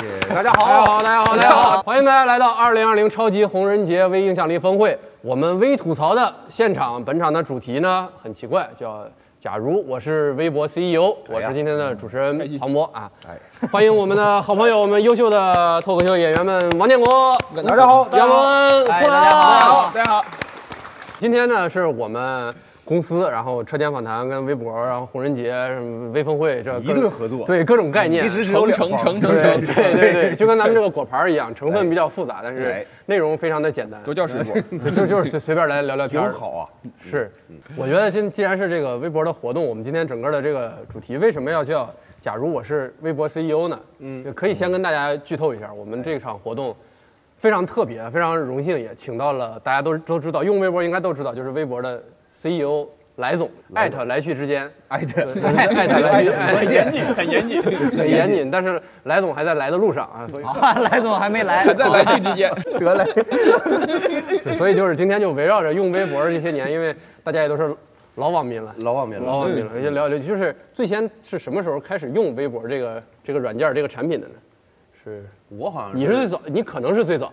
谢，大大家家好，好，大家好，大家好，欢迎大家来到二零二零超级红人节微影响力峰会。我们微吐槽的现场，本场的主题呢很奇怪，叫“假如我是微博 CEO”，我是今天的主持人庞博啊。欢迎我们的好朋友，我们优秀的脱口秀演员们，王建国，大家好大家杨好文，哎霍大乱家好大家好大家好。今天呢，是我们公司，然后车间访谈跟微博，然后红人节、什么微峰会，这一各种顿合作对各种概念，其实是成成成成成 成成成对成，对对对，就跟咱们这个果盘儿一样，成分比较复杂，但哎是内容非常的简单，都叫水 果。就就就是随随便来聊聊挺天儿。好啊，是，我觉得今既然是这个微博的活动，我们今天整个的这个主题为什么要叫“假如我是微博 CEO 呢？”嗯，可以先跟大家剧透一下，我们这场活动非常特别，非常荣幸也请到了大家都都知道，用微博应该都知道，就是微博的 CEO 来总，艾特来去之间，哎对，艾特来去，艾特谨，很严谨，很严谨，但是来总还在来的路上啊，所以来总还没来，在来去 之间，得嘞，对所以就是今天就围绕着用微博这些年，因为大家也都是老网民了，老网民老了，嗯网民了，就聊聊，就是最先是什么时候开始用微博这个这个软件这个产品的呢？是我好像你是最早，你可能是最早，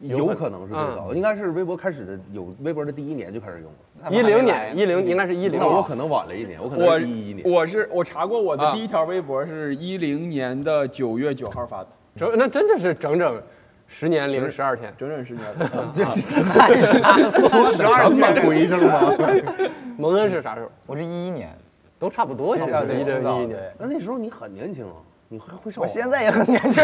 有可能是最早嗯的，应该是微博开始的，有微博的第一年就开始用了，一零年，一零应该是一零，那我可能晚了一年，我可能我是一一年，我是我查过我啊的第一条微博是一零年的九月九号发的，整那真的是整整十年零十二天，整整十年了。十二年回声吗？蒙恩是啥时候？我是一一年，都差不多，其实差不多一零挺早的一一年。那那时候你很年轻啊，你还会上我网？现在也很年 轻。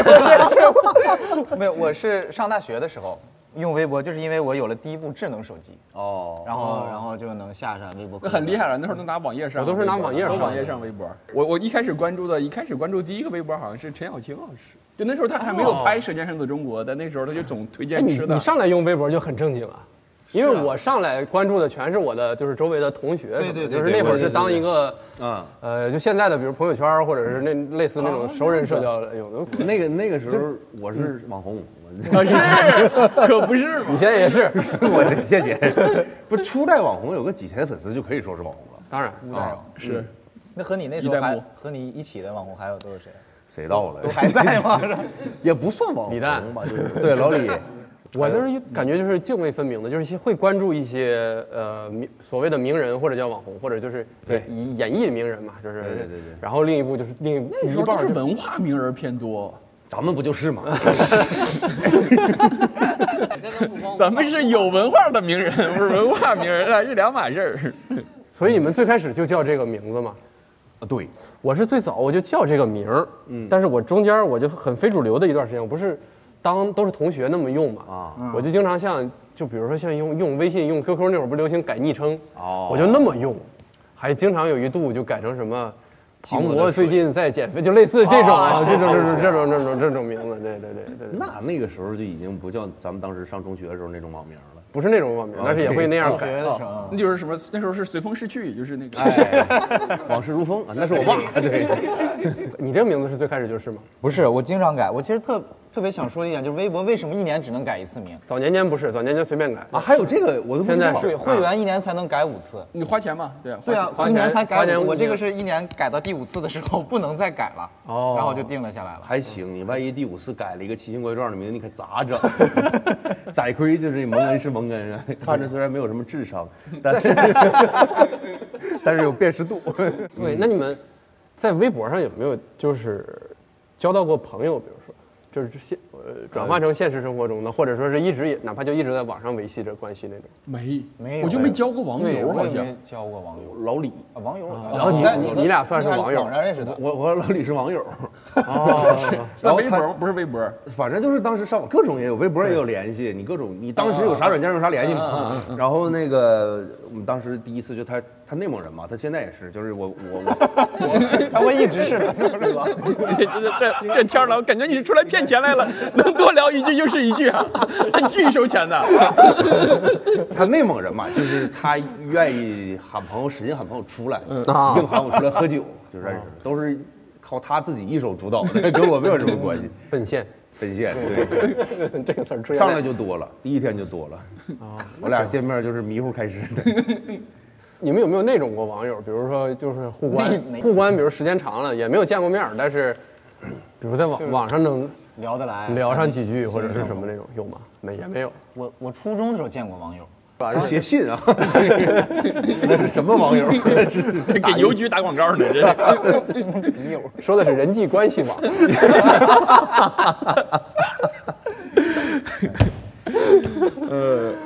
是没有，我是上大学的时候用微博，就是因为我有了第一部智能手机，哦，然后然后就能下上微博。那很厉害啊了，那时候都拿网页上我微博，哦都是拿网页上都网页上微博。我我一开始关注的，一开始关注第一个微博好像是陈小青老师，就那时候他还没有拍《舌尖上的中国》，但那时候他就总哦推哎，荐你吃的你。上来用微博就很正经啊。因为我上来关注的全是我的，就是周围的同学什么的，对对对就是那会儿是当一个嗯，呃，就现在的，比如朋友圈儿或者是那类似哦那种熟人社交的有的。那个那个时候我是网红， 可是可不是嘛你？现在也是，我这谢谢，不是初代网红有个几千粉丝就可以说是网红了，当然，嗯害。是那和你那时一候代还目和你一起的网红还有都是谁？谁到了都还在吗？是吧也不算网李诞红吧，就是对老李。我那时候感觉就是泾渭分明的，就是会关注一些呃名所谓的名人或者叫网红，或者就是对演演艺名人嘛，就是对对对对然后另一部就是另一那一时候半都儿是就是文化名人偏多。咱们不就是吗？ 哦咱们是有文化的名人，不是文化名人，啊，是两码事儿。所以你们最开始就叫这个名字嘛？啊，对，我是最早我就叫这个名儿，嗯但是我中间我就很非主流的一段时间，我不是当都是同学那么用嘛，啊我就经常像就比如说像用用微信、用 QQ 那会儿不流行改昵称，哦我就那么用，还经常有一度就改成什么。庞寞的博最水近在减肥，就类似这种啊，哦这种是这是种这种是这种这种名字，对对对对对，那那个时候就已经不叫咱们当时上中学的时候那种网名了。不是那种网哦名，但是也会那样上学改。的时候那就是什么？那时候是随风逝去，就是那个。哎， 往事如风啊，那是我爸。 对，你这个名字是最开始就是吗？不是，我经常改。我其实特特别想说一点，就是微博为什么一年只能改一次名？早年间不是，早年间随便改啊，还有这个我都不知道现在是对，会员一年才能改五次。你花钱嘛？对，花对钱啊，花一年钱才花改钱五，五我这年个是一年改到第五次的时候 不能再改了，哦然后就定了下来了。还行，你万一第五次改了一个奇形怪状的名，你可咋 整？歹亏就是蒙恩是蒙 恩啊，看着虽然没有什么智商， 但是 但是有辨识度。对，那你们在微博上有没有就是交到过朋友？比如说，就是现呃转化成现实生活中的，或者说是一直也哪怕就一直在网上维系着关系那种。没没有我就没交过网对友，我好也没像。交过网友， 老李，啊网友。然后你在你俩算是在网友网上认识的。我我和老李是网友，哦，在然后微他博不是微博，反正就是当时上网各种也有，微博也有联系，你各种你当时有啥软件用啥联系嘛。然后那个我们当时第一次就他他内蒙人嘛，他现在也是，就是我我我他会一直是的，是吧？这这这这天儿了，我感觉你是出来骗钱来了，能多聊一句就是一句啊， 按句收钱的。 他内蒙人嘛，就是他愿意喊朋友，使劲喊朋友出来，啊硬喊我出来喝酒，就认识，都是靠他自己一手主导的， 跟我没有什么关系。奔现，奔现对，这个词儿出现上在来就多了，第一天就多了。我俩见面就是迷糊开始的，你们有没有那种过网友？比如说就是互关没没互关，比如时间长了也没有见过面儿，但是比如在网网上能聊得来，聊上几句或者是什么那种，有吗？没也没有。我我初中的时候见过网友，就写信啊，那是什么网友？那是给邮局打广告呢，这是说的是人际关系网，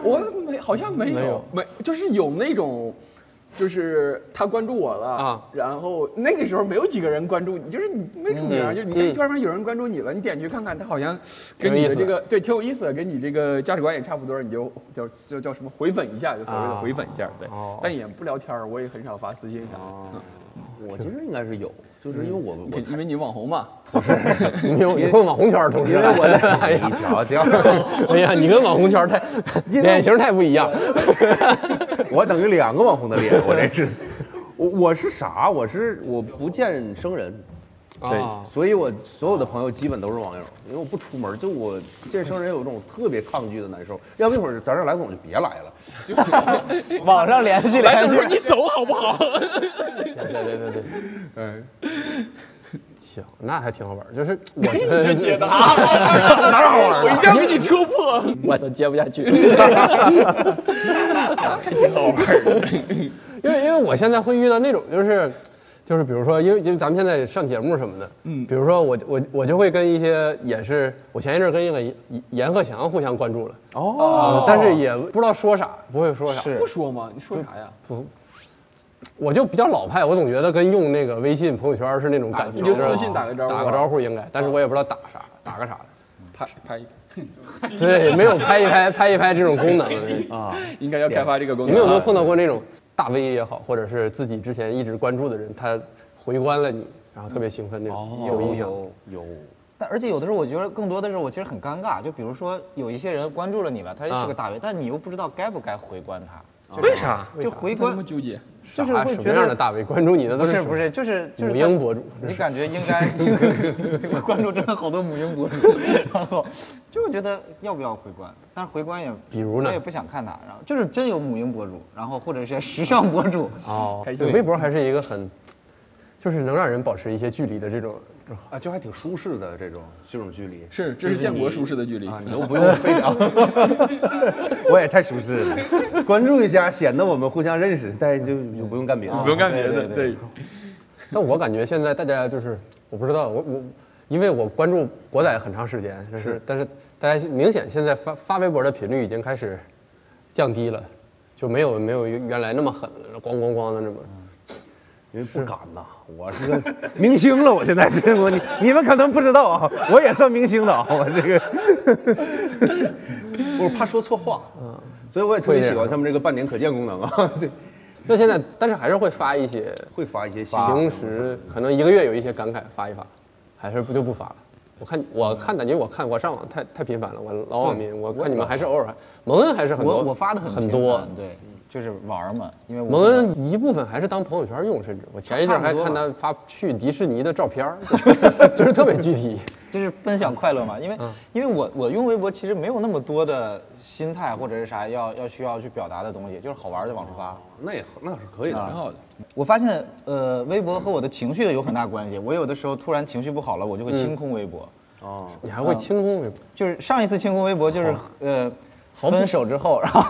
我没好像没有没有没就是有那种。就是他关注我了啊然后那个时候没有几个人关注你，就是你没什么人啊，就你哎嗯突然发现有人关注你了，你点去看看，他好像挺跟有意你的思这个对挺有意思的，跟你这个价值观也差不多，你就叫就叫什么回粉一下，就所谓的啊回粉一下，对哦，但也不聊天儿，我也很少发私信啥的，我其实应该是有，就是因为我我嗯你因为你网红嘛， 你们有你混网红圈儿，同时因为我的，在你瞧瞧， 哎呀，你跟网红圈儿太脸型太不一 样。我等于两个网红的脸，我这是。我我是啥？我是我不见生人，啊，所以我所有的朋友基本都是网友，因为我不出门，就我见生人有一种特别抗拒的难受。要不一会儿咱这来总就别来了，网上联系联系，你走好不好？对对对对，嗯，行，那还挺好玩儿。 就是我觉得接的啊， 哪儿好玩儿我一啊？定要给你戳破。 我都接不下 去。 因为因为我现在会遇到那种就是，就是比如说，因为因为咱们现在上节目什么的，嗯，比如说我我我就会跟一些也是，我前一阵儿跟一个严严鹤翔互相关注了，哦、但是也不知道说啥，不会说啥，是 不说吗？你说啥呀？我就比较老派，我总觉得跟用那个微信朋友圈是那种感觉，你就私信打个招呼打个招呼应该，但是我也不知道打 啥，打个啥的，拍拍一，对，没有拍一拍拍一拍这种功能 啊。应该要开发这个功啊你能。们有没有碰到过那种大 V 也好，或者是自己之前一直关注的人，他回关了你，然后特别兴奋那哦种？有印象啊吗？有但而且有的时候，我觉得更多的时候，我其实很尴尬。就比如说，有一些人关注了你了，他是个大 V，、但你又不知道该不该回关他。为啥？就回他那关么，纠结？就是啥会什么觉样的得大 V 关注你的都不是什么不是，就是就是母婴博主你感觉应该 我关注真的好多母婴博主，然后就觉得要不要回关，但是回关也比如呢我也不想看他，然后就是真有母婴博主，然后或者是时尚博主，哦开，心对，微博还是一个很，就是能让人保持一些距离的这种。啊，就还挺舒适的这种这种距离是，这是建国舒适的距离。啊， 你都不用非得啊，我也太舒适了， 关注一下显得我们互相认识，但是就就不用干别啊的，不用干别的，对， 但我感觉现在大家就是，我不知道，我我因为我关注国仔很长时间，就是但是大家明显现在发发微博的频率已经开始降低了，就没有没有原来那么狠了，咣咣咣的那么。嗯因为不敢呐，我是个明星了，我现在是我你你们可能不知道啊，我也算明星的啊，我这个，我怕说错话，所以我也特别喜欢他们这个半年可见功能啊， 对，那现在，但是还是会发一些，会发一些信息平时可能一个月有一些感慨发一发，还是不就不发了。我看，我看，感觉我看我上网太太频繁了，我老嗯网民，我看你们还是偶尔还，蒙恩还是很多，我我发的很很频多繁，对，就是玩儿嘛，因为我蒙恩一部分还是当朋友圈用，甚至我前一阵还看他发去迪士尼的 照片儿，就是特别具体。就是分享快乐嘛，因为、因为我我用微博其实没有那么多的心态或者是啥要要需要去表达的东西，就是好玩儿就往出发。啊那也那是可以挺的，好的。我发现，呃，微博和我的情绪有很大关系。我有的时候突然情绪不好了，我就会清空微博。哦，你还嗯会清空微博，就是上一次清空微博就是呃，分手之后，然后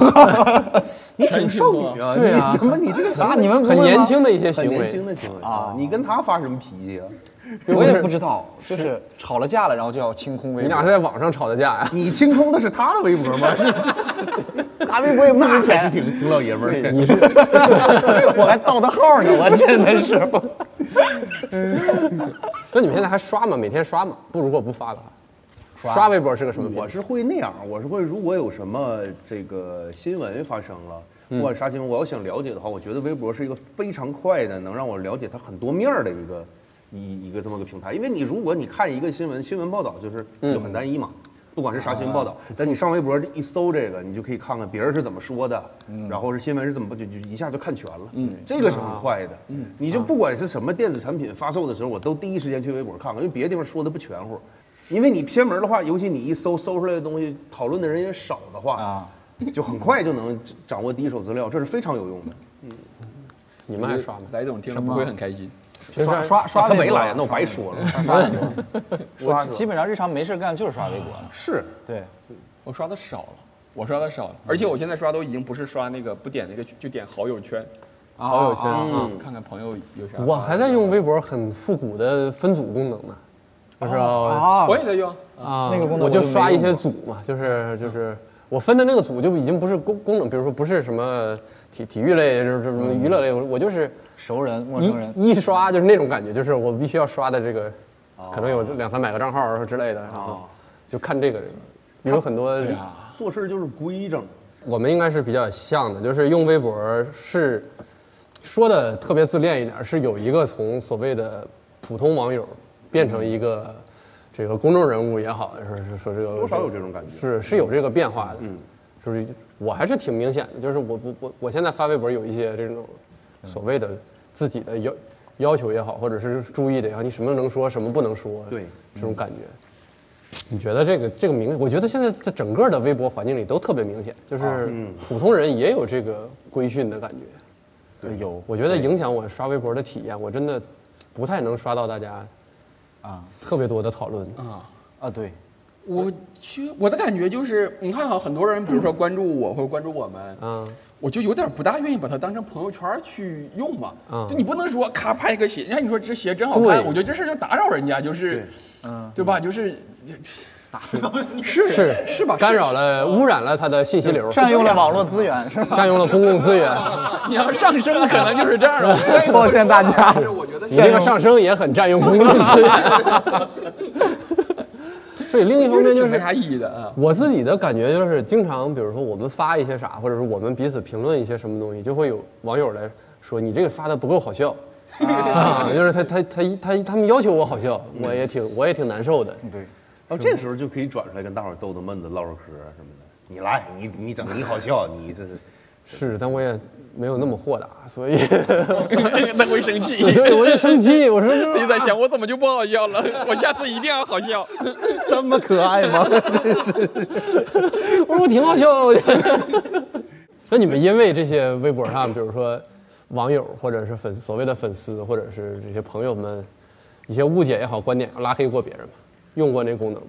你挺少女啊，对啊你 怎么你这个行啊为你们不很会年吗，轻的一些很行年轻为，的行为啊，你跟他发什么脾气啊？我也不知道，就是吵了架了，然后就要清空微你俩是博。在网上吵的架 呀？你清空的是他的微博吗？ 发啊微博也不那值还钱，是 挺挺老爷们儿的。我还盗的号呢，我真的是。那你们现在还刷吗？每天刷吗？不，如果不发的话，刷微博是个什嗯么频率？我嗯是会那样，我是会如果有什么这个新闻发生了，不管啥新闻，我要想了解的话，我觉得微博是一个非常快的，能让我了解它很多面儿的一个一一个这么个平台。因为你如果你看一个新闻，新闻报道就是就很单一嘛。不管是啥新闻报道，但你上微博一搜这个，你就可以看看别人是怎么说的，然后是新闻是怎么就就一下就看全了。嗯，这个是很快的。嗯，你就不管是什么电子产品发售的时候，我都第一时间去微博看看，因为别的地方说的不全乎。因为你偏门的话，尤其你一搜搜出来的东西，讨论的人也少的话，啊，就很快就能掌握第一手资料，这是非常有用的。你们还刷吗？来总听了不会很开心。平时还刷刷刷他微啊没博来，那我白说了。我基本上日常没事干就是刷微博了。是，对，我刷的少了，我刷的少嗯了，而且我现在刷都已经不是刷那个不点那个就点好友圈，好友圈啊嗯看看朋友有啥。我还在用微博很复古的分组功能呢，就是要啊我也在用，啊，那个功能我我就就刷没一用些组嘛，就是就是我分的那个组就已经不是功功能，比如说不是什么体体育类，就是什么娱乐类，我我就是熟人、陌生人，一一刷就是那种感觉，就是我必须要刷的这个，哦可能有两三百个账号之类的，然后就看这个，有很多啊做事就是规整。我们应该是比较像的，就是用微博是说的特别自恋一点，是有一个从所谓的普通网友变成一个这个公众人物也好，说是说这个嗯多少有这种感觉是是有这个变化的，嗯，就是我还是挺明显的，就是我不我我现在发微博有一些这种所谓的自己的要要求也好，或者是注意的也好，你什么能说，什么不能说，对，这种感觉。你觉得这个这个明？我觉得现在在整个的微博环境里都特别明显，啊就是普通人也有这个规训的感觉。哎有我觉得影响我刷微博的体验，我真的不太能刷到大家啊特别多的讨论。啊，对，我去，我的感觉就是，你看哈，很多人比如说关注我或者关注我们，嗯，我就有点不大愿意把它当成朋友圈去用嘛。嗯就你不能说咔拍一个鞋，你看你说这鞋真好对看，我觉得这事儿就打扰人家，就是，嗯，对吧？就是是是 是吧干是扰了、污染了他的信息流，占用了网络资源是吧？占用了公共资源。 你要上升，可能就是这样了。抱歉大 家但，是我觉 得你这个上升也很占用公共资源。 所以另一方面就没是啥意义的啊。 我自己的感觉就是，经常比如说我们发一些啥，或者是我们彼此评论一些什么东西，就会有网友来说你这个发的不够好笑。啊，就是他他他他他们要求我好笑，我也挺我也挺难受的。对，然后这时候就可以转出来跟大伙儿逗逗闷子、唠唠嗑儿什么的。你来，你你整你好笑，你这是是，但我也没有那么豁达，所以那会生 气。对我就生气，我说你在想我怎么就不好笑了？ 我下次一定要好笑。这么可爱吗？我说我挺好笑的。那你们因为这些微博上，比如说网友或者是粉所谓的粉丝，或者是这些朋友们一些误解也好、观点拉黑过别人吗？用过那功能吗？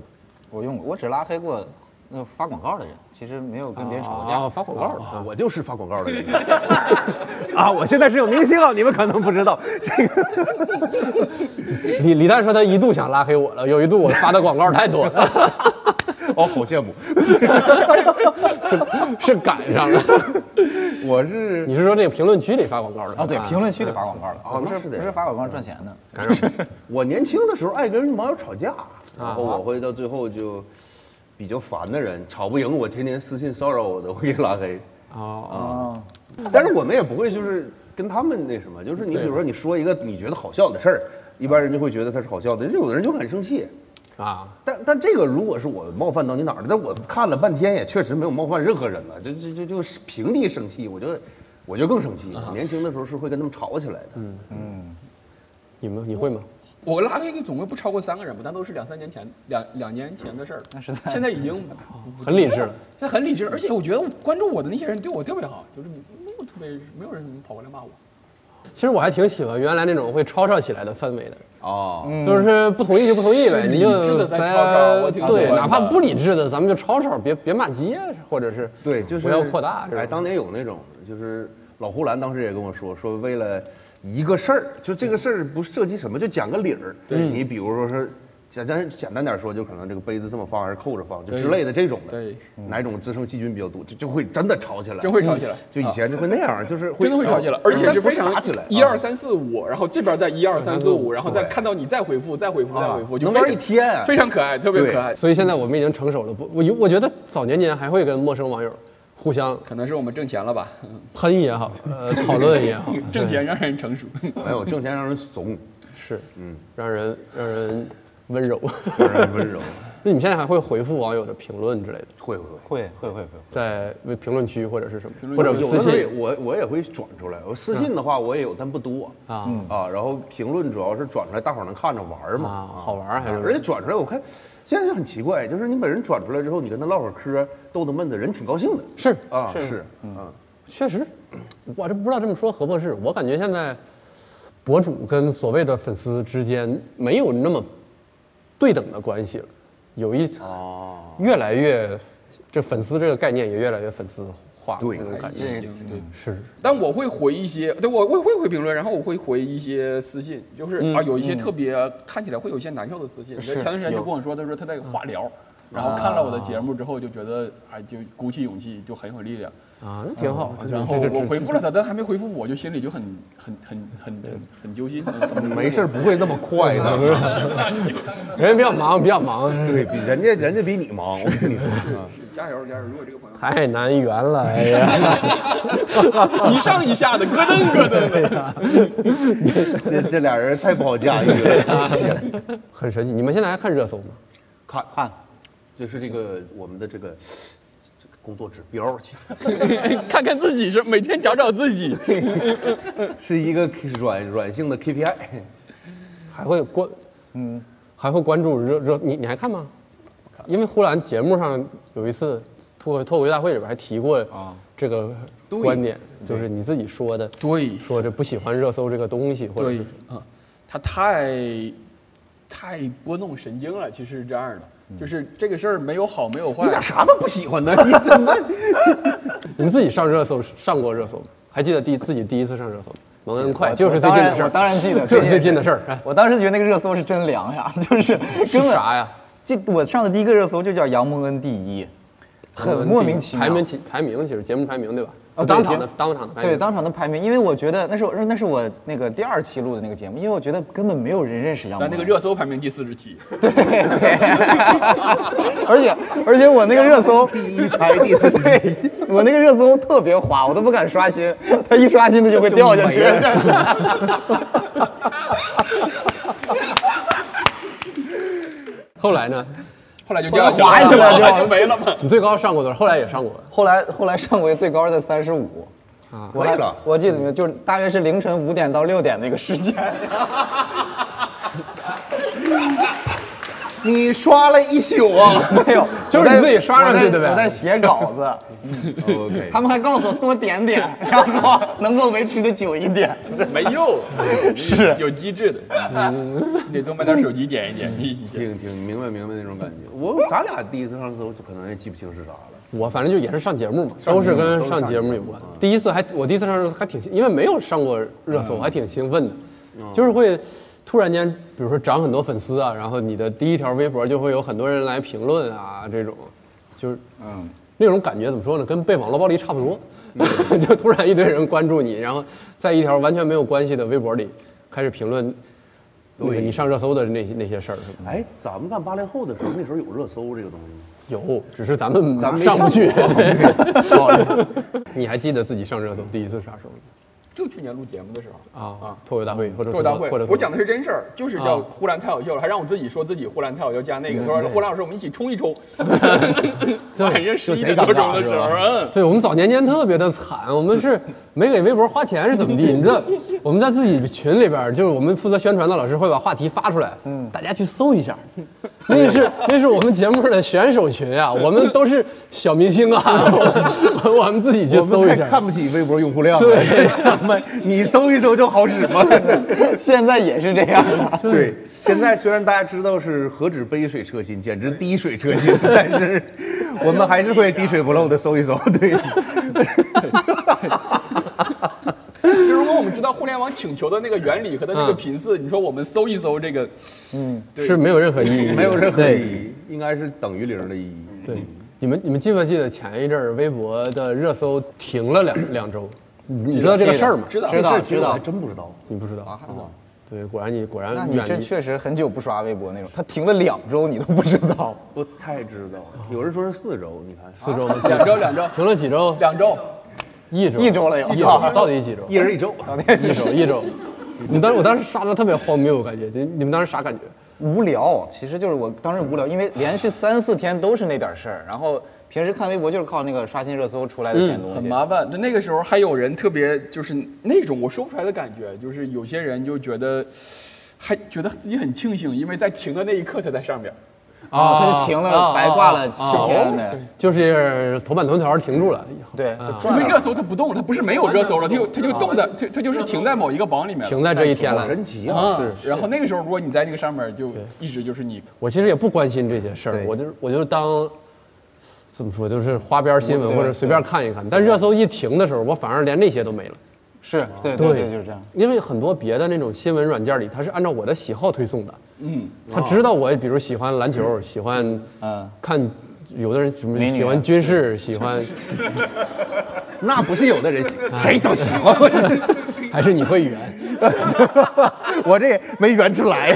我用过，我只拉黑过那发广告的人，其实没有跟别人吵过架。啊，发广 告的。我就是发广告的人。啊，我现在是有明星啊，你们可能不知道，李李诞说他一度想拉黑我了，有一度我发的广告太多了，哦，好羡慕。 是赶上了。我是你是说那个评论区里发广告的啊，对，评论区里发广告的，哦不那是是不得是发广告赚钱的，我年轻的时候爱跟网友吵架，啊然后我会到最后就比较烦的人，吵不赢我，天天私信骚扰我的，我给拉黑。啊哦，但是我们也不会就是跟他们那什么，就是你比如说你说一个你觉得好笑的事儿，一般人就会觉得它是好笑的，有的人就很生气。啊，但但这个如果是我冒犯到你哪儿了，但我看了半天也确实没有冒犯任何人了，这这这就是平地生气，我就我就更生气。啊年轻的时候是会跟他们吵起来的，嗯你们你会吗？ 我拉黑总共不超过三个人吧，但都是两三年前、两两年前的事儿了。那是在现在已经很理智了。现在很理智，而且我觉得关注我的那些人对我特别好，就是没有特别没有人跑过来骂我。其实我还挺喜欢原来那种会吵吵起来的氛围的。哦，就是不同意就不同意呗，是你理智就哎地在吵吵我挺喜对，欢的哪怕不理智的，咱们就吵吵，别别骂街，啊或者是对，嗯就是不要扩大，是吧哎，当年有那种，就是老呼兰当时也跟我说，说为了一个事儿，就这个事儿不涉及什么，就讲个理儿。对你比如说是简单简单点说，就可能这个杯子这么放还是扣着放，就之类的这种的，对哪种滋生细菌比较多，就就会真的吵起来，真会吵起来就以前就会那样，就是真嗯的会吵起来，嗯而且是会非常打起来，啊一二三四五，然后这边再一二三四五，然后再看到你再回复，再回复，再回复，就能玩非常一天非常可爱，特别对可爱。所以现在我们已经成熟了，不，我我觉得早年间还会跟陌生网友互相可能是我们挣钱了吧，，喷也好， 呃，讨论也嗯好挣钱让人成熟。没有哎挣钱让人怂，对是，嗯，让人让人温柔。 让人温柔， 那你们现在还会回复网友的评论之类的，会会会。会会会会，在微评论区或者是什么，论或者区有私的时候也信我我也会转出来，我私信的话我也有，但不多啊嗯啊。然后评论主要是转出来，大伙儿能看着玩儿嘛，哎啊好玩儿还是而且转出来我看现在就很奇怪，就是你把人转出来之后，你跟他唠会儿嗑，逗逗闷子，人挺高兴的是啊，是啊，确实，我这不知道这么说合不合适。我感觉现在博主跟所谓的粉丝之间没有那么对等的关系了，有一哦越来越这粉丝这个概念也越来越粉丝化，对这种感觉还行对是但我会回一些，对我我会回评论，然后我会回一些私信，就是、啊，有一些特别、看起来会有一些难受的私信。前段时间就跟我说，他说他在化疗，然后看了我的节目之后，就觉得哎，就鼓起勇气，就很有力量。啊，嗯那挺好。然后我回复了他，但还没回复我，就心里就很很很很很很揪心。没事儿不会那么快 的， 人比较忙，比较忙，对比人家人家比你忙，我跟你说，啊加油加油！如果这个朋友太难圆了。哎呀， 一上一下的咯噔咯噔的，这这俩人太不好驾驭 了。很神奇。你们现在还看热搜吗？看看就是这个我们的这个这个工作指标，其实看看自己是每天找找自己。是一个软软性的 KPI。 还会关，嗯，还会关注热热，你你还看吗？因为呼兰节目上有一次脱脱口秀大会里边还提过啊这个观点，就是你自己说的，对，说这不喜欢热搜这个东西，或者对是，嗯，他太太拨弄神经了，其实是这样嗯的，就是这个事儿没有好没有坏你，咋啥都不喜欢呢？你怎么？你们自己上热搜上过热搜吗？还记得第自己第一次上热搜吗？蒙恩快我就是最近的事儿，我当然我当然记得 就是最近的事儿。哎我当时觉得那个热搜是真凉呀，就是根本啥呀？这我上的第一个热搜就叫杨蒙恩第一，很莫名其妙。排名其排名其实节目排名对吧？啊就对当场的节目当场的排名对当场的排名，因为我觉得那是我那是我那个第二期录的那个节目，因为我觉得根本没有人认识杨蒙咱恩。那个热搜排名第四十七， 而且而且我那个热搜，第一排第四季，我那个热搜特别滑，我都不敢刷新，它一刷新它就会掉下去。后来呢？后来就掉滑下去了后来就就没了嘛。你最高上过多少？后来也上过。后来 后来上回最高在三十五。啊可以了。我记得就是大约是凌晨五点到六点那个时 间，你刷了一宿啊没有， 就是你自己刷上去我在对呗我在写稿子， 哦 ？OK，他们还告诉我多点 点，然后能够维持的久一点。没用， 是有机制的，嗯你得多买点手机点一点。挺挺明白明白那种感觉。 我咱俩第一次上热搜，就可能也记不清是啥了。我反正就也是上节目嘛，都是跟上节目有啊关。第一次还我第一次上热搜还挺兴，因为没有上过热搜，还挺兴奋的，就是会突然间，比如说涨很多粉丝啊，然后你的第一条微博就会有很多人来评论啊，这种，就是嗯，那种感觉怎么说呢，跟被网络暴力差不多， 就突然一堆人关注你，然后在一条完全没有关系的微博里开始评论。那个对你上热搜的那那些事儿是吧？哎，咱们干八零后的时候，那时候有热搜这个东西吗？有，只是咱们咱们没上不去。 上你还记得自己上热搜第一次啥时候吗？就去年录节目的时候。啊，脱口大会或者脱口大会或者，我讲的是真事儿，就是叫啊嗯呼兰太好笑了，还让我自己说自己呼兰太好笑加那个，他说呼兰老师，我们一起冲一冲。 就晚上就十一贼点尴多尬钟的时候，是吧嗯，对我们早年间特别的惨，我们是没给微博花钱是怎么地？你知道我们在自己群里边儿，就是我们负责宣传的老师会把话题发出来，嗯大家去搜一下。那是那是我们节目的选手群啊，我们都是小明星啊， 我们自己去搜一太下看。不起微博用户量了。对，怎么 你搜一搜就好使吗？现在也是这样的，对，现在虽然大家知道是何止杯水车薪，简直滴水车薪，但是我们还是会滴水不漏的搜一搜。对，就如果我们知道呼互联网请求的那个原理和它这个嗯频次，你说我们搜一搜这个，对是没有任何意义，没有任何对意义，应该是等于零的意义。对，你们你们记不记得前一阵儿微博的热搜停了两两周？你你知道这个事儿吗？知道这事儿知道其实我知道还真不知道。你不知道啊？对，果然你果那然你远这离。确实很久不刷微博那种，他停了两周，你都不知道。不太知道，有人说是四周，你看啊四周吗？两周两周 停了几周？两周，一周，一周了有一周到底几周？一人一周，一周，一周。你当时我当时刷的特别荒谬，我感觉你你们当时啥感觉？无聊，其实就是我当时无聊，因为连续三四天都是那点事儿，然后平时看微博就是靠那个刷新热搜出来嗯的点东西。很麻烦。就那个时候还有人特别就是那种我说不出来的感觉，就是有些人就觉得还觉得自己很庆幸，因为在停的那一刻他在上边。啊，他就停了，啊白挂了啊几天啊啊的。就是头版头条停住了，对，啊因为热搜它不动，它不是没有热搜了，它就它就冻在，它它就是停在某一个榜里面了。停在这一天好了。神奇啊啊！，然后那个时候，如果你在那个上面，就一直就是你我其实也不关心这些事儿，对我就是我就是当怎么说，就是花边新闻对或者随便看一看。但热搜一停的时候，我反而连那些都没了，是对对对对，就是这样。因为很多别的那种新闻软件里，它是按照我的喜好推送的。嗯，他知道我，比如喜欢篮球，喜欢嗯，看，有的人什么美女啊喜欢军事，喜欢那不是有的人喜谁都喜欢我， 还是你 会员。我这没圆出来，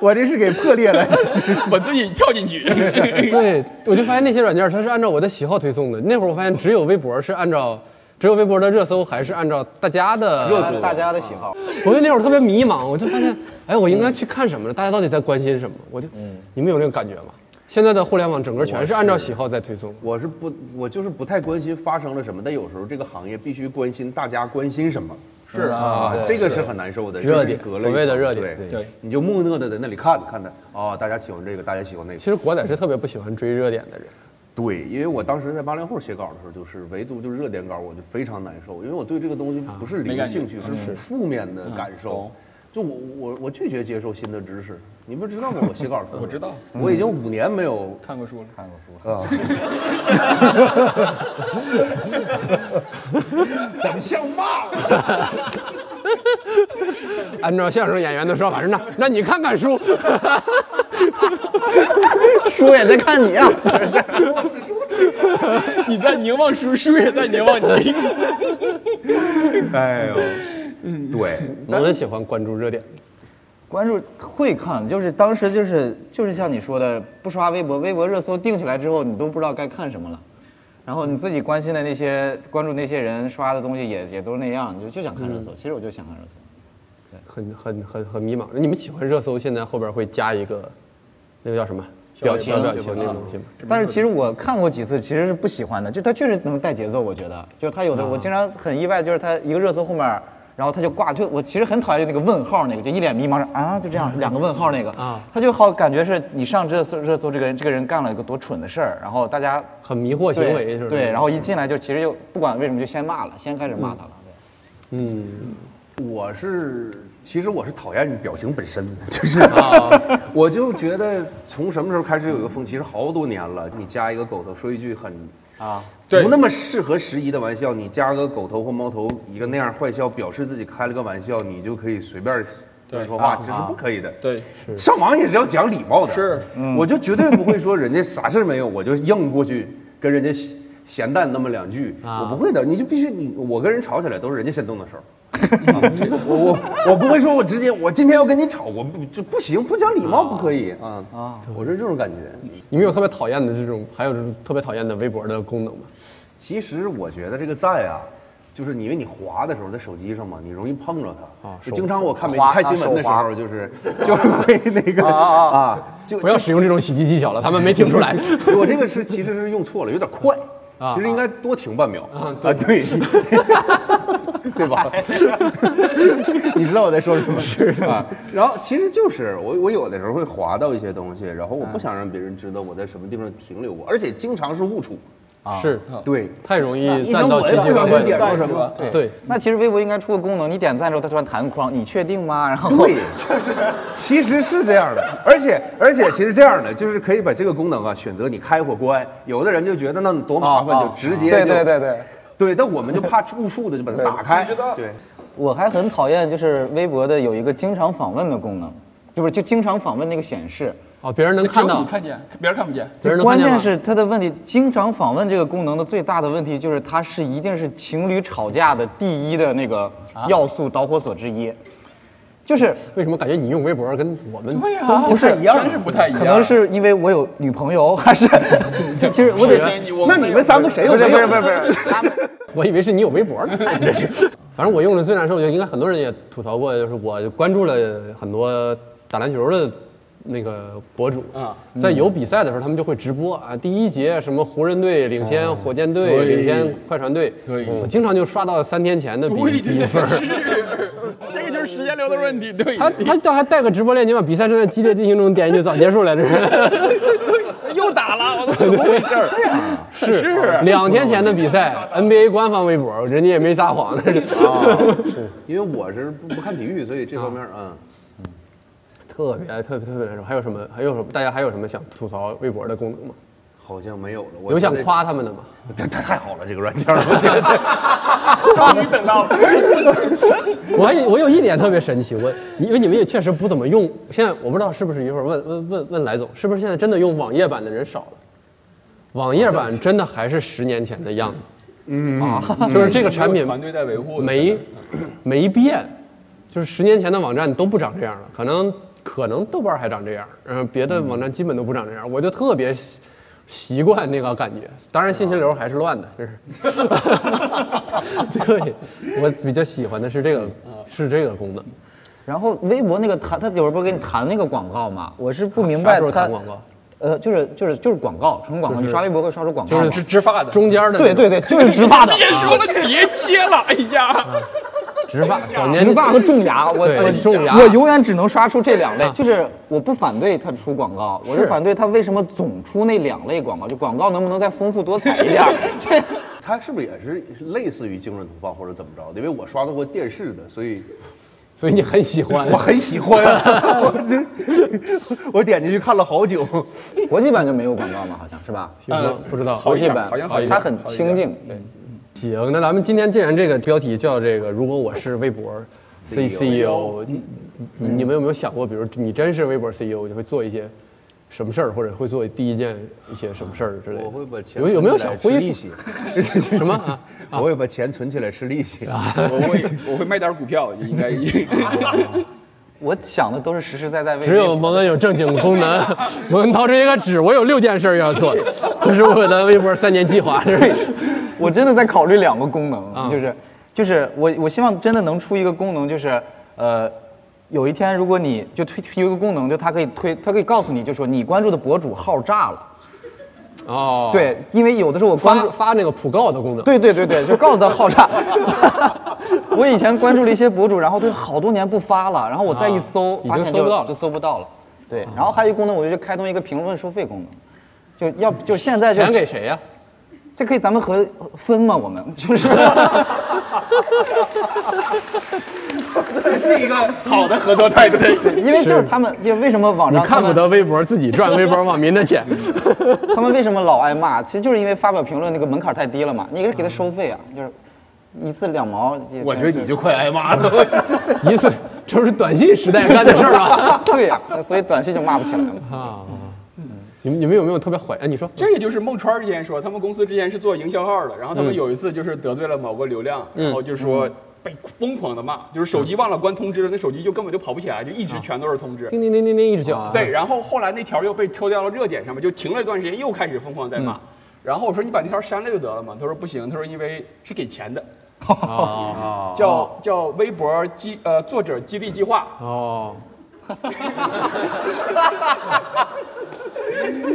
我这是给破裂 了。 我自己跳进去。 对，我就发现那些软件它是按照我的喜好推送的。那会儿我发现只有微博是按照，只有微博的热搜还是按照大家的大大家的喜啊好， 我就那会儿特别迷茫，我就发现，哎，我应该去看什么呢？大家到底在关心什么？我就，你们有那个感觉吗？现在的互联网整个全是按照喜好在推送。我是不，我就是不太关心发生了什么，但有时候这个行业必须关心大家关心什么。是啊，啊，这个是很难受的，热就是点隔了一所谓的层热点对对，你就木讷的在那里看，看的啊，大家喜欢这个，大家喜欢那个其。实国仔是特别不喜欢追热点的人，对，因为我当时在八零后写稿的时候，就是唯独就是热点稿，我就非常难受，因为我对这个东西不是没零感觉兴趣，是负面的感受懂。就我我我拒绝接受新的知识，你不知道吗？我写稿的时候我知道，我已经五年没有看过书了，看过书。按照相声演员的说法是那那你看看书，书也在看你啊。你在凝望书，书也在凝望你。哎呦，对， 我很喜欢关注热点。关注会看，就是当时就是就是像你说的，不刷微博，微博热搜定起来之后，你都不知道该看什么了。然后你自己关心的那些关注那些人刷的东西也也都是那样，你就就想看热嗯搜。其实我就想看热搜。很很很很迷茫。你们喜欢热搜现在后边会加一个，那个叫什么表情表情那个东西吗？但是其实我看过几次，其实是不喜欢的，就它确实能带节奏，我觉得，就它有啊的我经常很意外，就是它一个热搜后面，然后它就挂，就我其实很讨厌就那个问号那个，就一脸迷茫啊，就这样两个问号那个啊啊，它就好感觉是你上热搜热搜这个人这个人干了一个多蠢的事儿，然后大家很迷惑行啊对为是吧？对，然后一进来就其实就不管为什么就先骂了，先开始骂他了。嗯，我是，其实我是讨厌表情本身， 就是，啊我就觉得从什么时候开始有一个风气，其实好多年了。你加一个狗头，说一句很啊对不那么适合时宜的玩笑，你加个狗头或猫头，一个那样坏笑，表示自己开了个玩笑，你就可以随便对啊说话，这是不可以的。对，上网也是要讲礼貌的。嗯是，我就绝对不会说人家啥事儿没有，我就硬过去跟人家闲闲淡那么两句，啊我不会的。你就必须你我跟人吵起来都是人家先动的手。啊我我我不会说，我直接我今天要跟你吵，我不这不行，不讲礼貌不可以啊啊！我是这种感觉。你们有特别讨厌的这种，还有就是特别讨厌的微博的功能吗？其实我觉得这个在啊，就是你因为你滑的时候在手机上嘛，你容易碰着它。啊就手经常我看媒体滑看新闻的时候，就是就是会那个啊，就不要使用这种喜剧技巧了，他们没听出来。我这个是其实是用错了，有点快，其实应该多停半秒啊，对， 对 吧？你知道我在说什么？是的。然后其实就是我我有的时候会滑到一些东西，然后我不想让别人知道我在什么地方停留过，而且经常是误触。是，对，太容易啊一站想到我奇也奇不怪小怪心点的。过什么。对，那其实微博应该出个功能，你点赞之后它突然弹框，你确定吗？然后 对，其实是这样的，而且而且其实这样的，就是可以把这个功能啊选择你开或关。有的人就觉得那多麻烦，就直接哦对就对对对，对，但我们就怕误触的就把它打开。知道对，我还很讨厌就是微博的有一个经常访问的功能，就不是就经常访问那个显示，哦，别人能只看有到你，看见，别人看不见。别人能看关见键吗？是它的问题，经常访问这个功能的最大的问题就是，它是一定是情侣吵架的第一的那个要素导火索之一，就是为什么感觉你用微博跟我们对呀，不是一样，真是不太一样。可能是因为我有女朋友，还是就其实我得是我那你们三个谁有没有？不是不是，我以为是你有微博呢，真是。反正我用的最难受，就应该很多人也吐槽过，就是我关注了很多打篮球的那个博主啊，在有比赛的时候，他们就会直播啊，第一节什么湖人队领先火箭队，领先快船队，对我经常就刷到三天前的比对比对分。是， 这个就是时间流的问题。对，他他倒还带个直播链接，把比赛正在激烈进行中点进去，早结束了，这是又打了，我怎么回事儿？啊是是 两天前的比赛，NBA 官方微博，人家也没撒谎， 那是因为我啊是不不看体育，所以这方面啊，特别特别特别难受。还有什么？还有什么？大家还有什么想吐槽微博的功能吗？好像没有了。我有想觉得，夸他们的吗？这这太好了，这个软件儿，我觉得 我还有我有一点特别神奇，我因为你们也确实不怎么用，现在我不知道是不是一会儿问问问问来总，是不是现在真的用网页版的人少了？网页版真的还是十年前的样子，嗯，就是这个产品团队在维护的没 没变，就是十年前的网站都不长这样了，可能可能豆瓣还长这样，然后别的网站基本都不长这样，我就特别习习惯那个感觉。当然信息流还是乱的，这是。 对，我比较喜欢的是这个是这个功能， 然后微博那个弹，它有时候不是给你弹那个广告嘛，我是不明啥白时候它弹广告？呃，就是就是就是广告，纯广告，你刷微博会刷出广告就是嘛，直植发的，中间的那对个对对，就是植发的， 啊别说了，别接了，哎呀，植发，早年植发和种 牙，我对我种牙我永远只能刷出这两类。就是我不反对他出广告，我是反对他为什么总出那两类广告，就广告能不能再丰富多彩一点？ 这它是不是也是类似于精准投放或者怎么着的？因为我刷到过电视的， 所以所以你很喜欢。嗯我很喜欢，啊我 这我点进去看了好久。国际版就没有广告嘛，好像是吧？有吗嗯不知道，好国一际点版好像好一点它很清静。行，那咱们今天既然这个标题叫这个，如果我是微博 C E CEO，你嗯你你们有没有想过，比如你真是微博 CEO，你会做一些什么事儿，或者会做第一件一些什么事儿之类的？我会把钱有有没有存起想恢来吃利复息？ 什么啊？我会把钱存起来吃利息啊。我会我会卖点股票，应该我想的都是实实在在为。只有蒙恩有正经功能， 蒙恩掏出一个纸，我有六件事儿要做，这是我的微博三年计划。这 是 我真的在考虑两个功嗯能，就是就是我我希望真的能出一个功能，就是呃。有一天，如果你就推推一个功能，就它可以推，它可以告诉你，就说你关注的博主号炸了。哦，，对，因为有的时候我关发注，发那个普告的功能。对对对对，就告诉他号 召。我以前关注了一些博主，然后他好多年不发了，然后我再一搜，啊已发经现搜不到了嗯就就搜不到了。对，然后还有一个功能，我就开通一个评论收费功能，就要就现在就钱给谁呀、这可以咱们和分吗？我们就是这是一个好的合作态度。因为就是他们，就为什么网你上他看们不得微博自己赚微博网民的 钱。他们为什么老挨骂？其实就是因为发表评论那个门槛太低了嘛，你给给他收费啊，就是一次两毛。我觉得你就快挨骂了。 一次，这是短信时代干的事儿 啊！对呀、所以短信就骂不起来了。啊，你们你们有没有特别怀？哎，你说这个就是孟川之前说，他们公司之前是做营销号的，然后他们有一次就是得罪了某个流量，嗯然后就说被疯狂的骂，就是手机忘了关通知了，那手机就根本就跑不起来，就一啊直全都是通知。叮叮叮叮叮一直叫啊？对，，然后后来那条又被抽掉了热点上面，就停了一段时间，又开始疯狂在骂。然后我说你把那条删了就得了嘛，他说不行，他说因为是给钱的， 叫叫微博激呃作者激励计划，哦，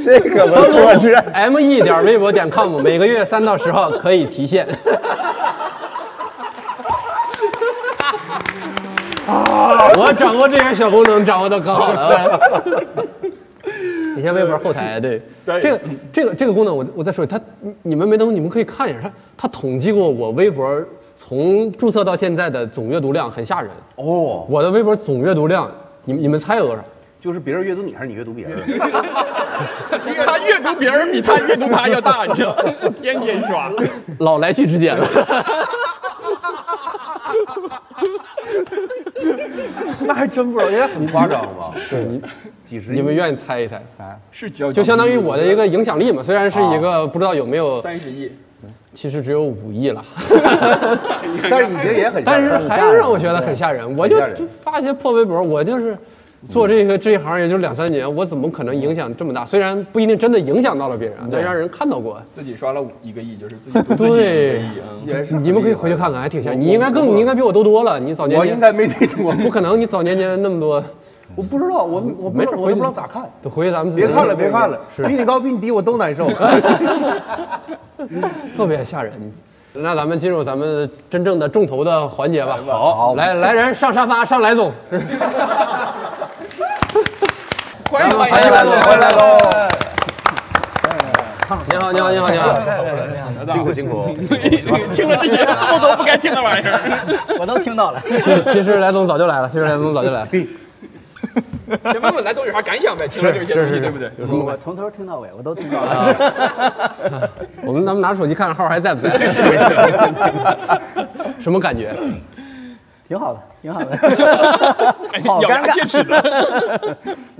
这个不错，这 m e 点微博点 com，每个月三到十号可以提现。 我掌握这些小功能，掌握的可好 了。以前微博后台对对嗯这个这个这个功能我，我再说一下，它你你们没登录，你们可以看一下，它它统计过我微博从注册到现在的总阅读量，很吓人。哦，我的微博总阅读量，你们你们猜有多少？就是别人阅读你，还是你阅读别人？ 他阅读别人比他阅读他要大，你知道吗，天天刷。老来去之间了。 那还真不知道，应该很夸张吧？对你几十亿，你们愿意猜一猜？嗯是交就相当于我的一个影响力嘛，虽然是一啊个不知道有没有，三十亿，其实只有五亿 了，但是已经也很吓但人是了，还是让我觉得很吓人。我就吓人就发一些破微博，我就是做这个这一行也就两三年，我怎么可能影响这么大？虽然不一定真的影响到了别人，但让人看到过。自己刷了五一个亿，就是自己独自己一个对亿，嗯，也是很你们可以厉害回去看看，还挺像。你我应该更，你应该比我都多了。你早年我间应该没听过，不可能，你早年间那么多，我不知道，我我不没知事道，我回都去不知道咋看。都回去咱们自己 别看了，别看了，比你高比你低我都难 受。特别吓人。那咱们进入咱们真正的重头的环节吧。好好，来来人，上沙发，上来总。欢迎欢迎欢迎来总了回来喽！你好，你好，你好，你好。辛苦辛苦， 听了这些这么多不该听的玩意儿，我都听到了。其其实来总早就来了，其实来总早就来了。先问问来都有啥感想呗？听了这些东西对不对？有什么我关？从头听到尾，我都听到了。我们咱们拿手机看看号还在不 在？什么感觉？挺好的，挺好的。好咬牙尴尬切齿的。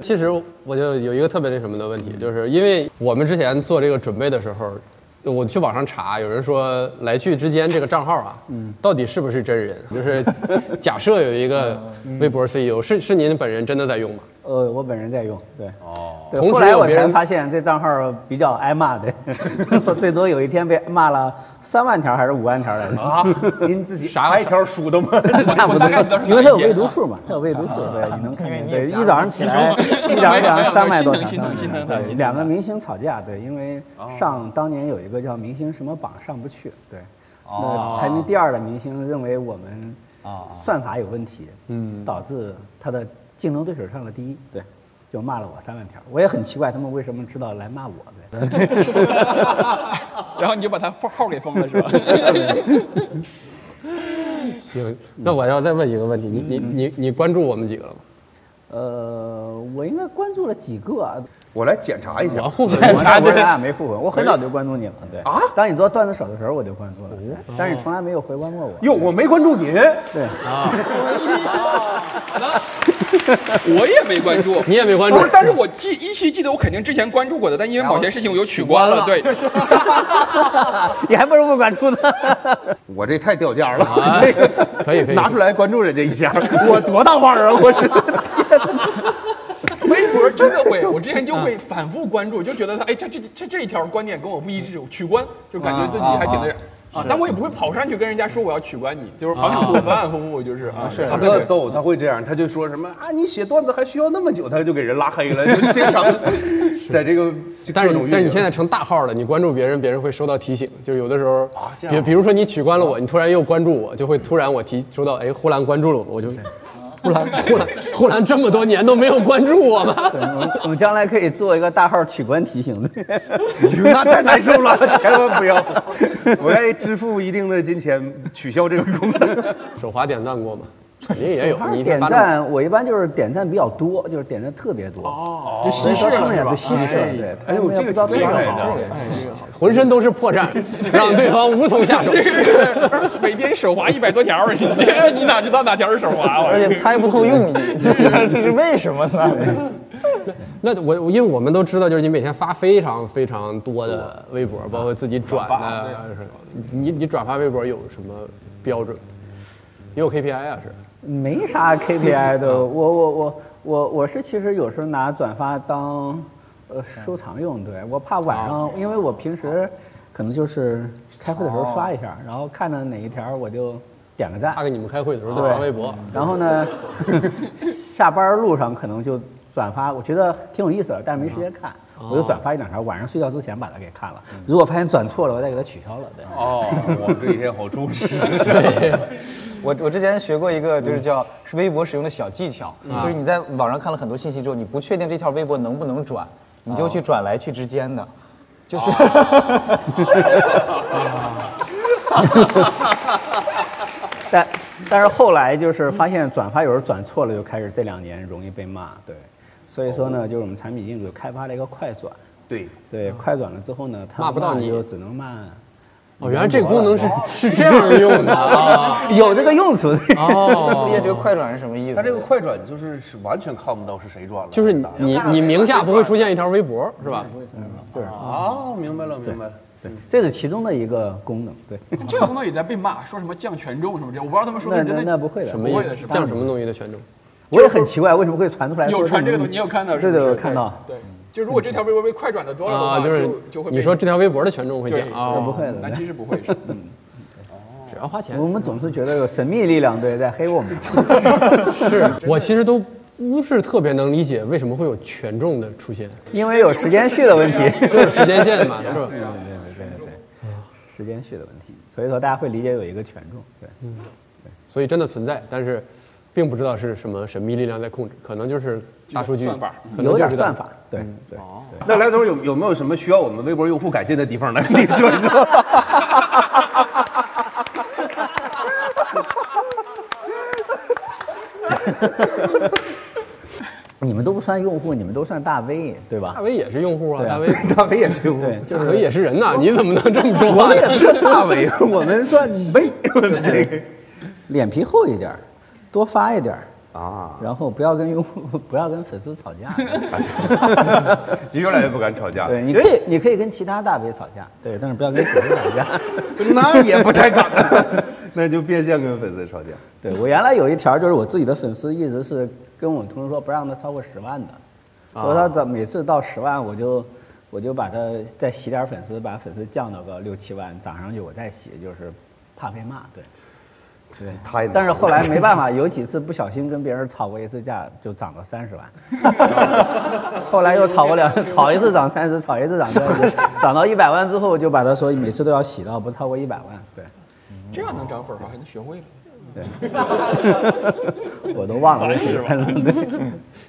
其实我就有一个特别那什么的问题，就是因为我们之前做这个准备的时候，我去网上查，有人说来去之间这个账号啊，到底是不是真人？就是假设有一个微博 CEO，是是您本人真的在用吗？呃，我本人在用，对。哦。对，同时后来有我别才人发现这账号比较挨骂的，我 最多有一天被骂了三万条还是五万条来着。啊，您自己啥挨条数都吗？大不大概知道是因为它有未哪一读天数嘛，它有未读数，对，你能啊看见。对，一早上起来， 一早上起来三 百多条心疼心疼心疼。对心疼两个明星吵架，对，因为上当年有一个叫明星什么榜上不去，对，那排名第二的明星认为我们算法有问题，哦嗯，导致他的竞争对手上了第一，对。就骂了我三万条，我也很奇怪他们为什么知道来骂我。对，然后你就把他号给封了是 吧？行，那我要再问一个问题，你你你你关注我们几个了吗？ 呃，我应该关注了几个啊，我来检查一下我。互粉我啥不是啊？没复文，我很早就关注你了。对啊，哦当你做段子手的时候，我就关注了，对但是你从来没有回关过我。哟，我没关注您，对，我也没关注。你也没关注不是，但是我记依稀记得我肯定之前关注过的，但因为某些事情我又取关了。对，你还不如不关注呢。 我这太掉价了，啊我 这个可以可以拿出来关注人家一下， 我多大腕儿啊！我 是微博真的会，我之前就会反复关注，就觉得他哎，这这这这一条观点跟我不一致，我取关，就感觉自己还挺那啥啊。但我也不会跑上去跟人家说我要取关你，就是反反复复反反复复，就是啊，是他特逗，他会这样，他就说什么啊，你写段子还需要那么久，他就给人拉黑了，就经 常在这个但各是种但是你运营现 在成大号了，你关注别人，别人会收到提醒。就是有的时候，比比如说你取关了我，你突然又关注我，就会突然我提收到，哎，呼兰关注了我，我就呼兰呼兰呼兰这么多年都没有关注我吗？我们我们将来可以做一个大号取关提醒的。那太难受了，千万不要！ 我愿意支付一定的金钱取消这个功能。手滑点赞过吗？肯定也有，你一天点发那么赞，我一般就是点赞比较多，就是点赞特别多。哦，就稀释了是吧？稀释了，对。哎呦，这个这个浑身都是破绽，让对方无从下手。 每天手滑一百多条，你 你哪知道哪条是手滑？啊我而且猜不透用意，这是这是为什么呢？那我因为我们都知道，就是你每天发非常非常多的微博，包括自己转的，啊你你转发微博有什么标准？也有 KPI 啊，是。没啥 KPI 的，我我我我我是其实有时候拿转发当呃收藏用，对我怕晚上，因为我平时可能就是开会的时候刷一下，然后看到哪一条我就点个赞怕，给你们开会的时候再对发微博。 然后呢，下班路上可能就转发，我觉得挺有意思的，但是没时间看，我就转发一两条，晚上睡觉之前把它给看了，如果发现转错了，我再给它取消了，对。哦，我们这一天好充 实。我我之前学过一个，就是叫是微博使用的小技巧，就是你在网上看了很多信息之后，你不确定这条微博能不能转，你就去转来去之间的，就是。但但是后来就是发现转发有时候转错了，就开始这两年容易被骂，对。所以说呢，哦就是我们产品经理就开发了一个快转，对，嗯对，快转了之后呢，他骂不到你就只能骂哦，原来这个功能是是这样用的 啊！哦 有这个用处。 不理解哦，这个快转是什么意思？它这个快转就是是完全看不到是谁转了，就是是你你你名下不会出现一条微博是吧？啊，明白了明白了，对， 这是其中的一个功能。对，这个功能也在被骂，说什么降权重什么这，我不知道他们说的那是真那的那不会的，什么不意会的思是？吧降什么东西的权重？我也很奇怪为什么会传出来。有传这个东西，你有看到是对不是？对，我看到。对，就如果这条微博被快转的多了的话，啊，就是就就会被你说这条微博的权重会对降啊？不会的但其实不会是。嗯只要花钱我。们总是觉得有神秘力量对在黑我们。是我其实都不是特别能理解为什么会有权重的出现，因为有时间序 的问题，就是时间线嘛，是 吧？时间序的问题，所以说大家会理解有一个权重，对，所以真的存在，但是并不知道是什么神秘力量在控制，可能就是大数据算法，可能有就点是算法，对嗯对。哦那来头有有没有什么需要我们微博用户改进的地方呢？ 你说一说。你们都不算用户，你们都算大 V，对吧大？伟也是用户啊，对啊大伟大伟也是用户，对，大伟也是人呐，你怎么能这么说话我呢？也是大伟，我们算妹。这个脸皮厚一点儿，多发一点儿，啊， 然后不要跟用户， 不要跟粉丝吵架。越来越不敢吵架。对，你可以，你可以跟其他大 V 吵架，对，但是不要跟粉丝吵架。 那也不太敢了， 那就变相跟粉丝吵架。对我原来有一条，就是我自己的粉丝一直是跟我同事说不让他超过十万的，我说怎每次到十万我就我就把他再洗点粉丝，把粉丝降到个六七万，涨上去我再洗，就是怕被骂。对，太难了 但是后来没办法，有几次不小心跟别人吵过一次架，就涨到三十万。 后来又吵过两，吵一次涨三十，吵一次涨三十，涨到一百万之后，我就把他说每次都要洗到不超过一百万。对，这样能涨粉儿吗？你学会了。我都忘了那 几分了。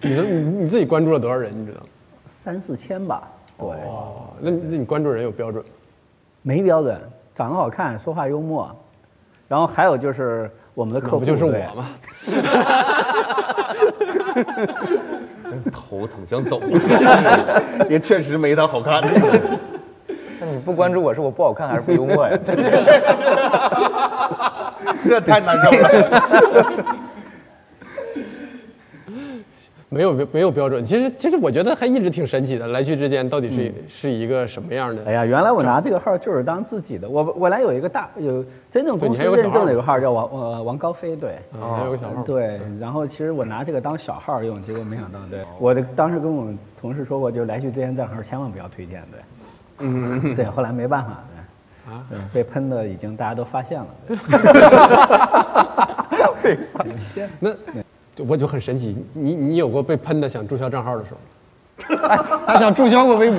你都你你自己关注了多少人，你知道吗？三四千吧，对，哦，那你那你关注人有标准吗？没标准，长得好看，说话幽默，然后还有就是我们的客可户不就是对我吗？头疼想走了， 也确实没他好看。那你不关注我是我不好看还是不幽默呀？这是这太难受了。没有没有标准，其实其实我觉得还一直挺神奇的，来去之间到底是、是一个什么样的？嗯哎呀，原来我拿这个号就是当自己的。我我来有一个大有真正对公你司还有个认小证号的有个号叫王呃王高飞，对。嗯还有个小号，对，然后其实我拿这个当小号用，结果没想到，对我的当时跟我同事说过，就来去之前账号千万不要推荐，对，嗯，对，后来没办法，对，啊，被喷的已经大家都发现了，对那就我就很神奇，你你有过被喷的想注销账号的时候吗？他想注销我微博，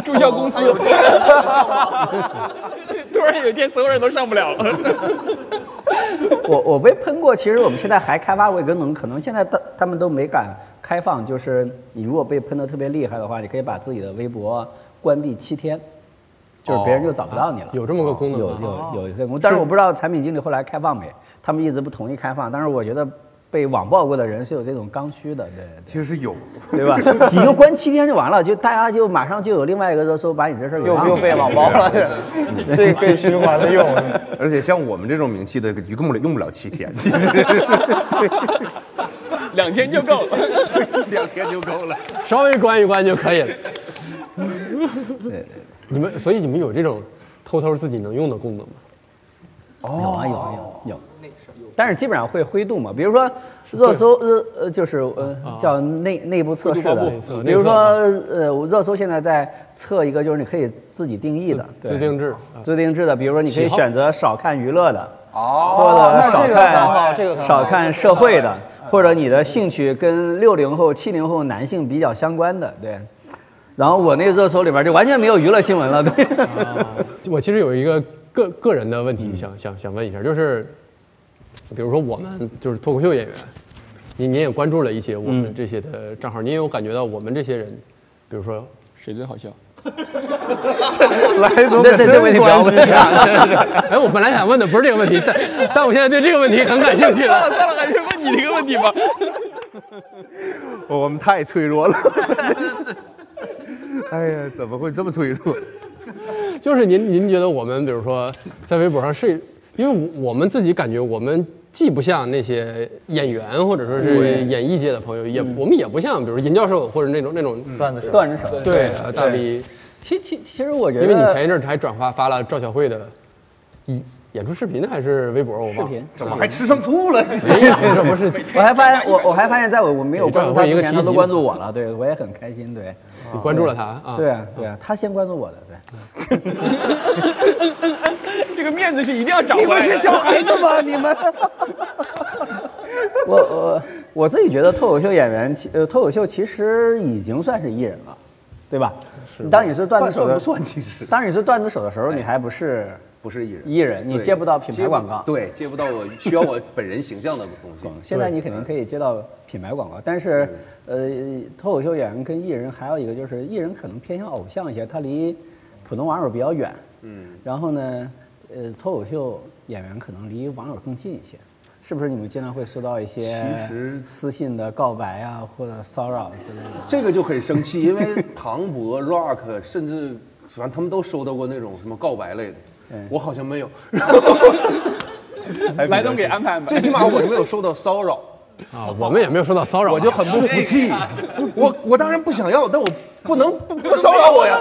注销公司有这个， 突然有一天所有人都上不了了。 我我被喷过，其实我们现在还开发过一个能，可能现在他他们都没敢开放，就是你如果被喷的特别厉害的话，你可以把自己的微博关闭七天，就是别人就找不到你了。有这么个功能有吗？有有一个功能，但是我不知道产品经理后来开放没，他们一直不同意开放。但是我觉得被网暴过的人是有这种刚需的，对其实有，对吧？你就关七天就完了，就大家就马上就有另外一个热搜把你这事儿给又忘了又被网暴 了， 这可以循环的用。而且像我们这种名气的，一共用不了七天，其实对，两天就够了。 两天就够了。稍微关一关就可以了。 你们所以你们有这种偷偷自己能用的功能吗？有啊有啊有有，但是基本上会灰度嘛，比如说热搜呃呃就是呃叫内内部测试啊灰度的报复，比如说内呃我热搜现在在测一个就是你可以自己定义的，对自定制啊自定制的，比如说你可以喜好选择少看娱乐的， 哦或者那少这个很好，看这个很好少看社会啊的，或者你的兴趣跟六零后、七零后男性比较相关的，对。然后我那个热搜里边就完全没有娱乐新闻了，对。啊 我其实有一个个个人的问题，想想想问一下，就是比如说我们就是脱口秀演员，您您也关注了一些我们这些的账号，您有感觉到我们这些人，比如说谁最好笑？来哎总这这这问题不要问哎，我本来想问的不是这个问题，但但我现在对这个问题很感兴趣了。 算了，还是问你这个问题吧。我们太脆弱了，真是。哎呀，怎么会这么脆弱？ 就是您您觉得我们比如说在微博上是，因为我我们自己感觉我们既不像那些演员或者说是演艺界的朋友，也我们也不像比如银教授或者那种那种段子手，段子手。对呃大 V，其其其实我觉得，因为你前一阵儿还转发发了赵小慧的演演出视频还是微博，我视忘了频。，怎么还吃上醋了？没有，哎这不是我还发现我我还发现，在我我没有对关注这他有一之个前，提他都醒关注我了，对我也很开心，对你关注了他啊？对啊对啊，他先关注我的，对。 这个面子是一定要找回来的。孩子吗？你们 我我我自己觉得脱口秀演员，其呃，脱口秀其实已经算是艺人了，对吧？当你是段子手算的不，算？其实当你是段子手的时候，你还不是不是艺人，艺人，你对接不到品接牌不广告。对，接不到我需要我本人形象的东西。现在你肯定可以接到品牌广告，但是呃，脱口秀演员跟艺人还有一个就是，艺人可能偏向偶像一些，他离普通网友比较远。嗯。然后呢，呃，脱口秀演员可能离网友更近一些，是不是？你们经常会收到一些其实私信的告白啊，或者骚扰之类的。这个就很生气，因为庞博、Rock 甚至反正他们都收到过那种什么告白类的，哎我好像没 有。来东给安排安排最起码我哎没有受到骚扰，啊，我们也没有受到骚扰啊，我就很不服气。我我当然不想要，但我不能不不骚扰我呀！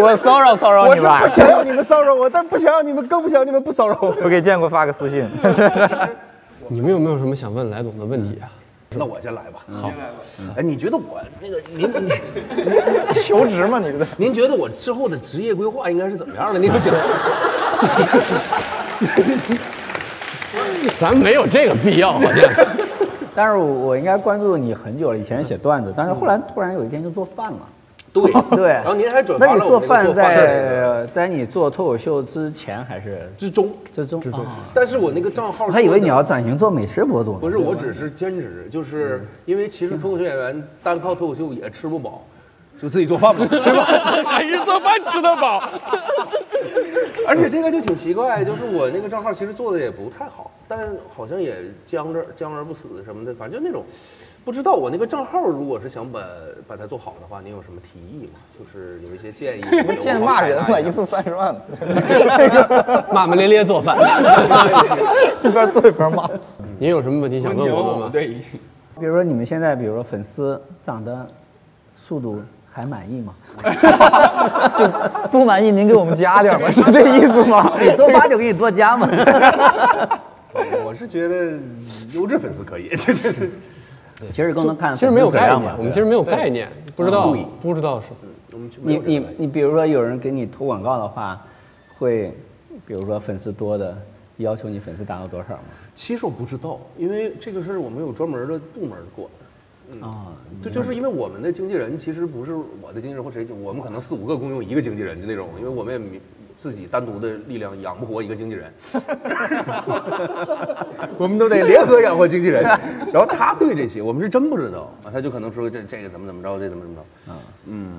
我骚扰骚扰我你是吧不，想要你们骚扰我，但不想要你们，更不想要你们不骚扰我。我给建国发个私 信。你们有没有什么想问来总的问题啊？那我先来吧。好，哎，你觉得我那个 您您求职嘛，你这您觉得我之后的职业规划应该是怎么样的？您有 讲。咱没有这个必要，好像。但是我我应该关注你很久了，以前写段子，但是后来突然有一天就做饭 了。对对，然后您还转那发你了做我们那个饭做饭的在在你做脱口秀之前还是之中，之中？之哦中，但是我那个账号我还以为你要转型做美食博主呢。不是，我只是兼职，就是因为其实脱口秀演员单靠脱口秀也吃不饱，就自己做 饭吧，对吧？还是做饭吃得 饱。而且这个就挺奇怪，就是我那个账号其实做的也不太好，但好像也僵着僵而不死什么的，反正就那种不知道我那个账号如果是想把把它做好的话，您有什么提议吗？就是有一些建 议？见骂啊人哎了，一次三十万，骂骂咧咧做饭。 一边做一边骂。您有什么问题想问我们吗？对，比如说你们现在，比如说粉丝涨的速度还满意吗？就不满意您给我们加点吧，是这意思吗？你多发就给你多加嘛。我是觉得优质粉丝可以，这就是其实更能看，其实没有概嘛念，。我们其实没有概念，不知道对，不知道是。我们去没你有这个你你，比如说有人给你投广告的话，会，比如说粉丝多的要求你粉丝达到多少吗？其实我不知道，因为这个事儿我们有专门的部门管。啊，对，就是因为我们的经纪人其实不是我的经纪人或谁经，我们可能四五个共用一个经纪人的那种，因为我们也没自己单独的力量养不活一个经 纪人，我们都得联合养活经纪人。然后他对这些我们是真不知道啊，他就可能说这这个怎么怎么着，这怎么怎么啊着。嗯，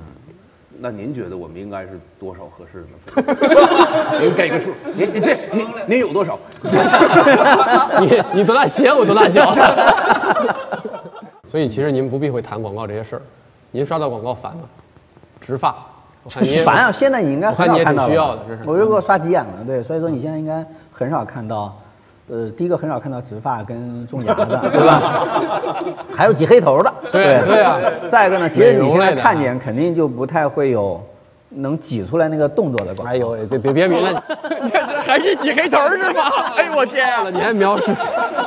那您觉得我们应该是多少合适呢？您给个数，您您这您您有多少？ 你你多大鞋，我多 大脚。 所以其实您不避讳谈广告这些事儿，您刷到广告烦吗？植发，我看 您也烦啊！现在你应该很我看你少也看到挺了需要的这是嗯我就给我刷急眼了，对，所以说你现在应该很少看到，呃，第一个很少看到植发跟种牙的，对吧？ 还有挤黑头的，对对啊，再一个呢，其实美你容现在类的啊看见肯定就不太会有能挤出来那个动作的广告哎。呦喂，别别别别了， 还是挤黑头儿是 吗？哎呦我天啊，你还描述，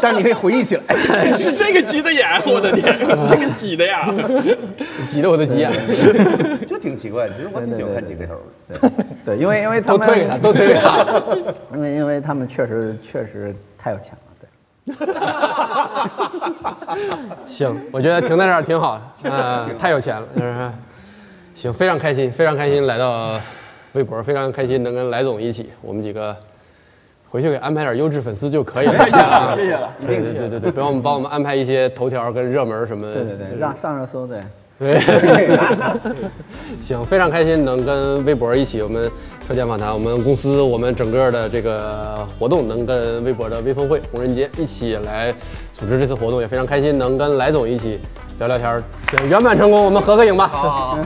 但是你可以回忆起来。 是这个挤的眼，我的天，这个挤的呀。挤得我的急眼， 就挺奇怪，其实我挺喜欢看几个头的。对，因为因为他 都推给们他，，都推给他。因为因为他们确实确实太有钱了，对。 行，我觉得停在这儿挺好，呃，太有钱了。嗯行，非常开心，非常开心来到微博，非常开心能跟来总一起，我们几个回去给安排点优质粉丝就可以了。谢谢啊谢谢了 对对对对对，不要我们帮我们安排一些头条跟热门什么。对对对，让上热搜对。行，非常开心能跟微博一起，我们车间访谈，我们公司，我们整个的这个活动能跟微博的微峰会、红人节一起来组织这次活动，也非常开心能跟来总一起聊聊天儿。行，圆满成功，我们合个影吧。好，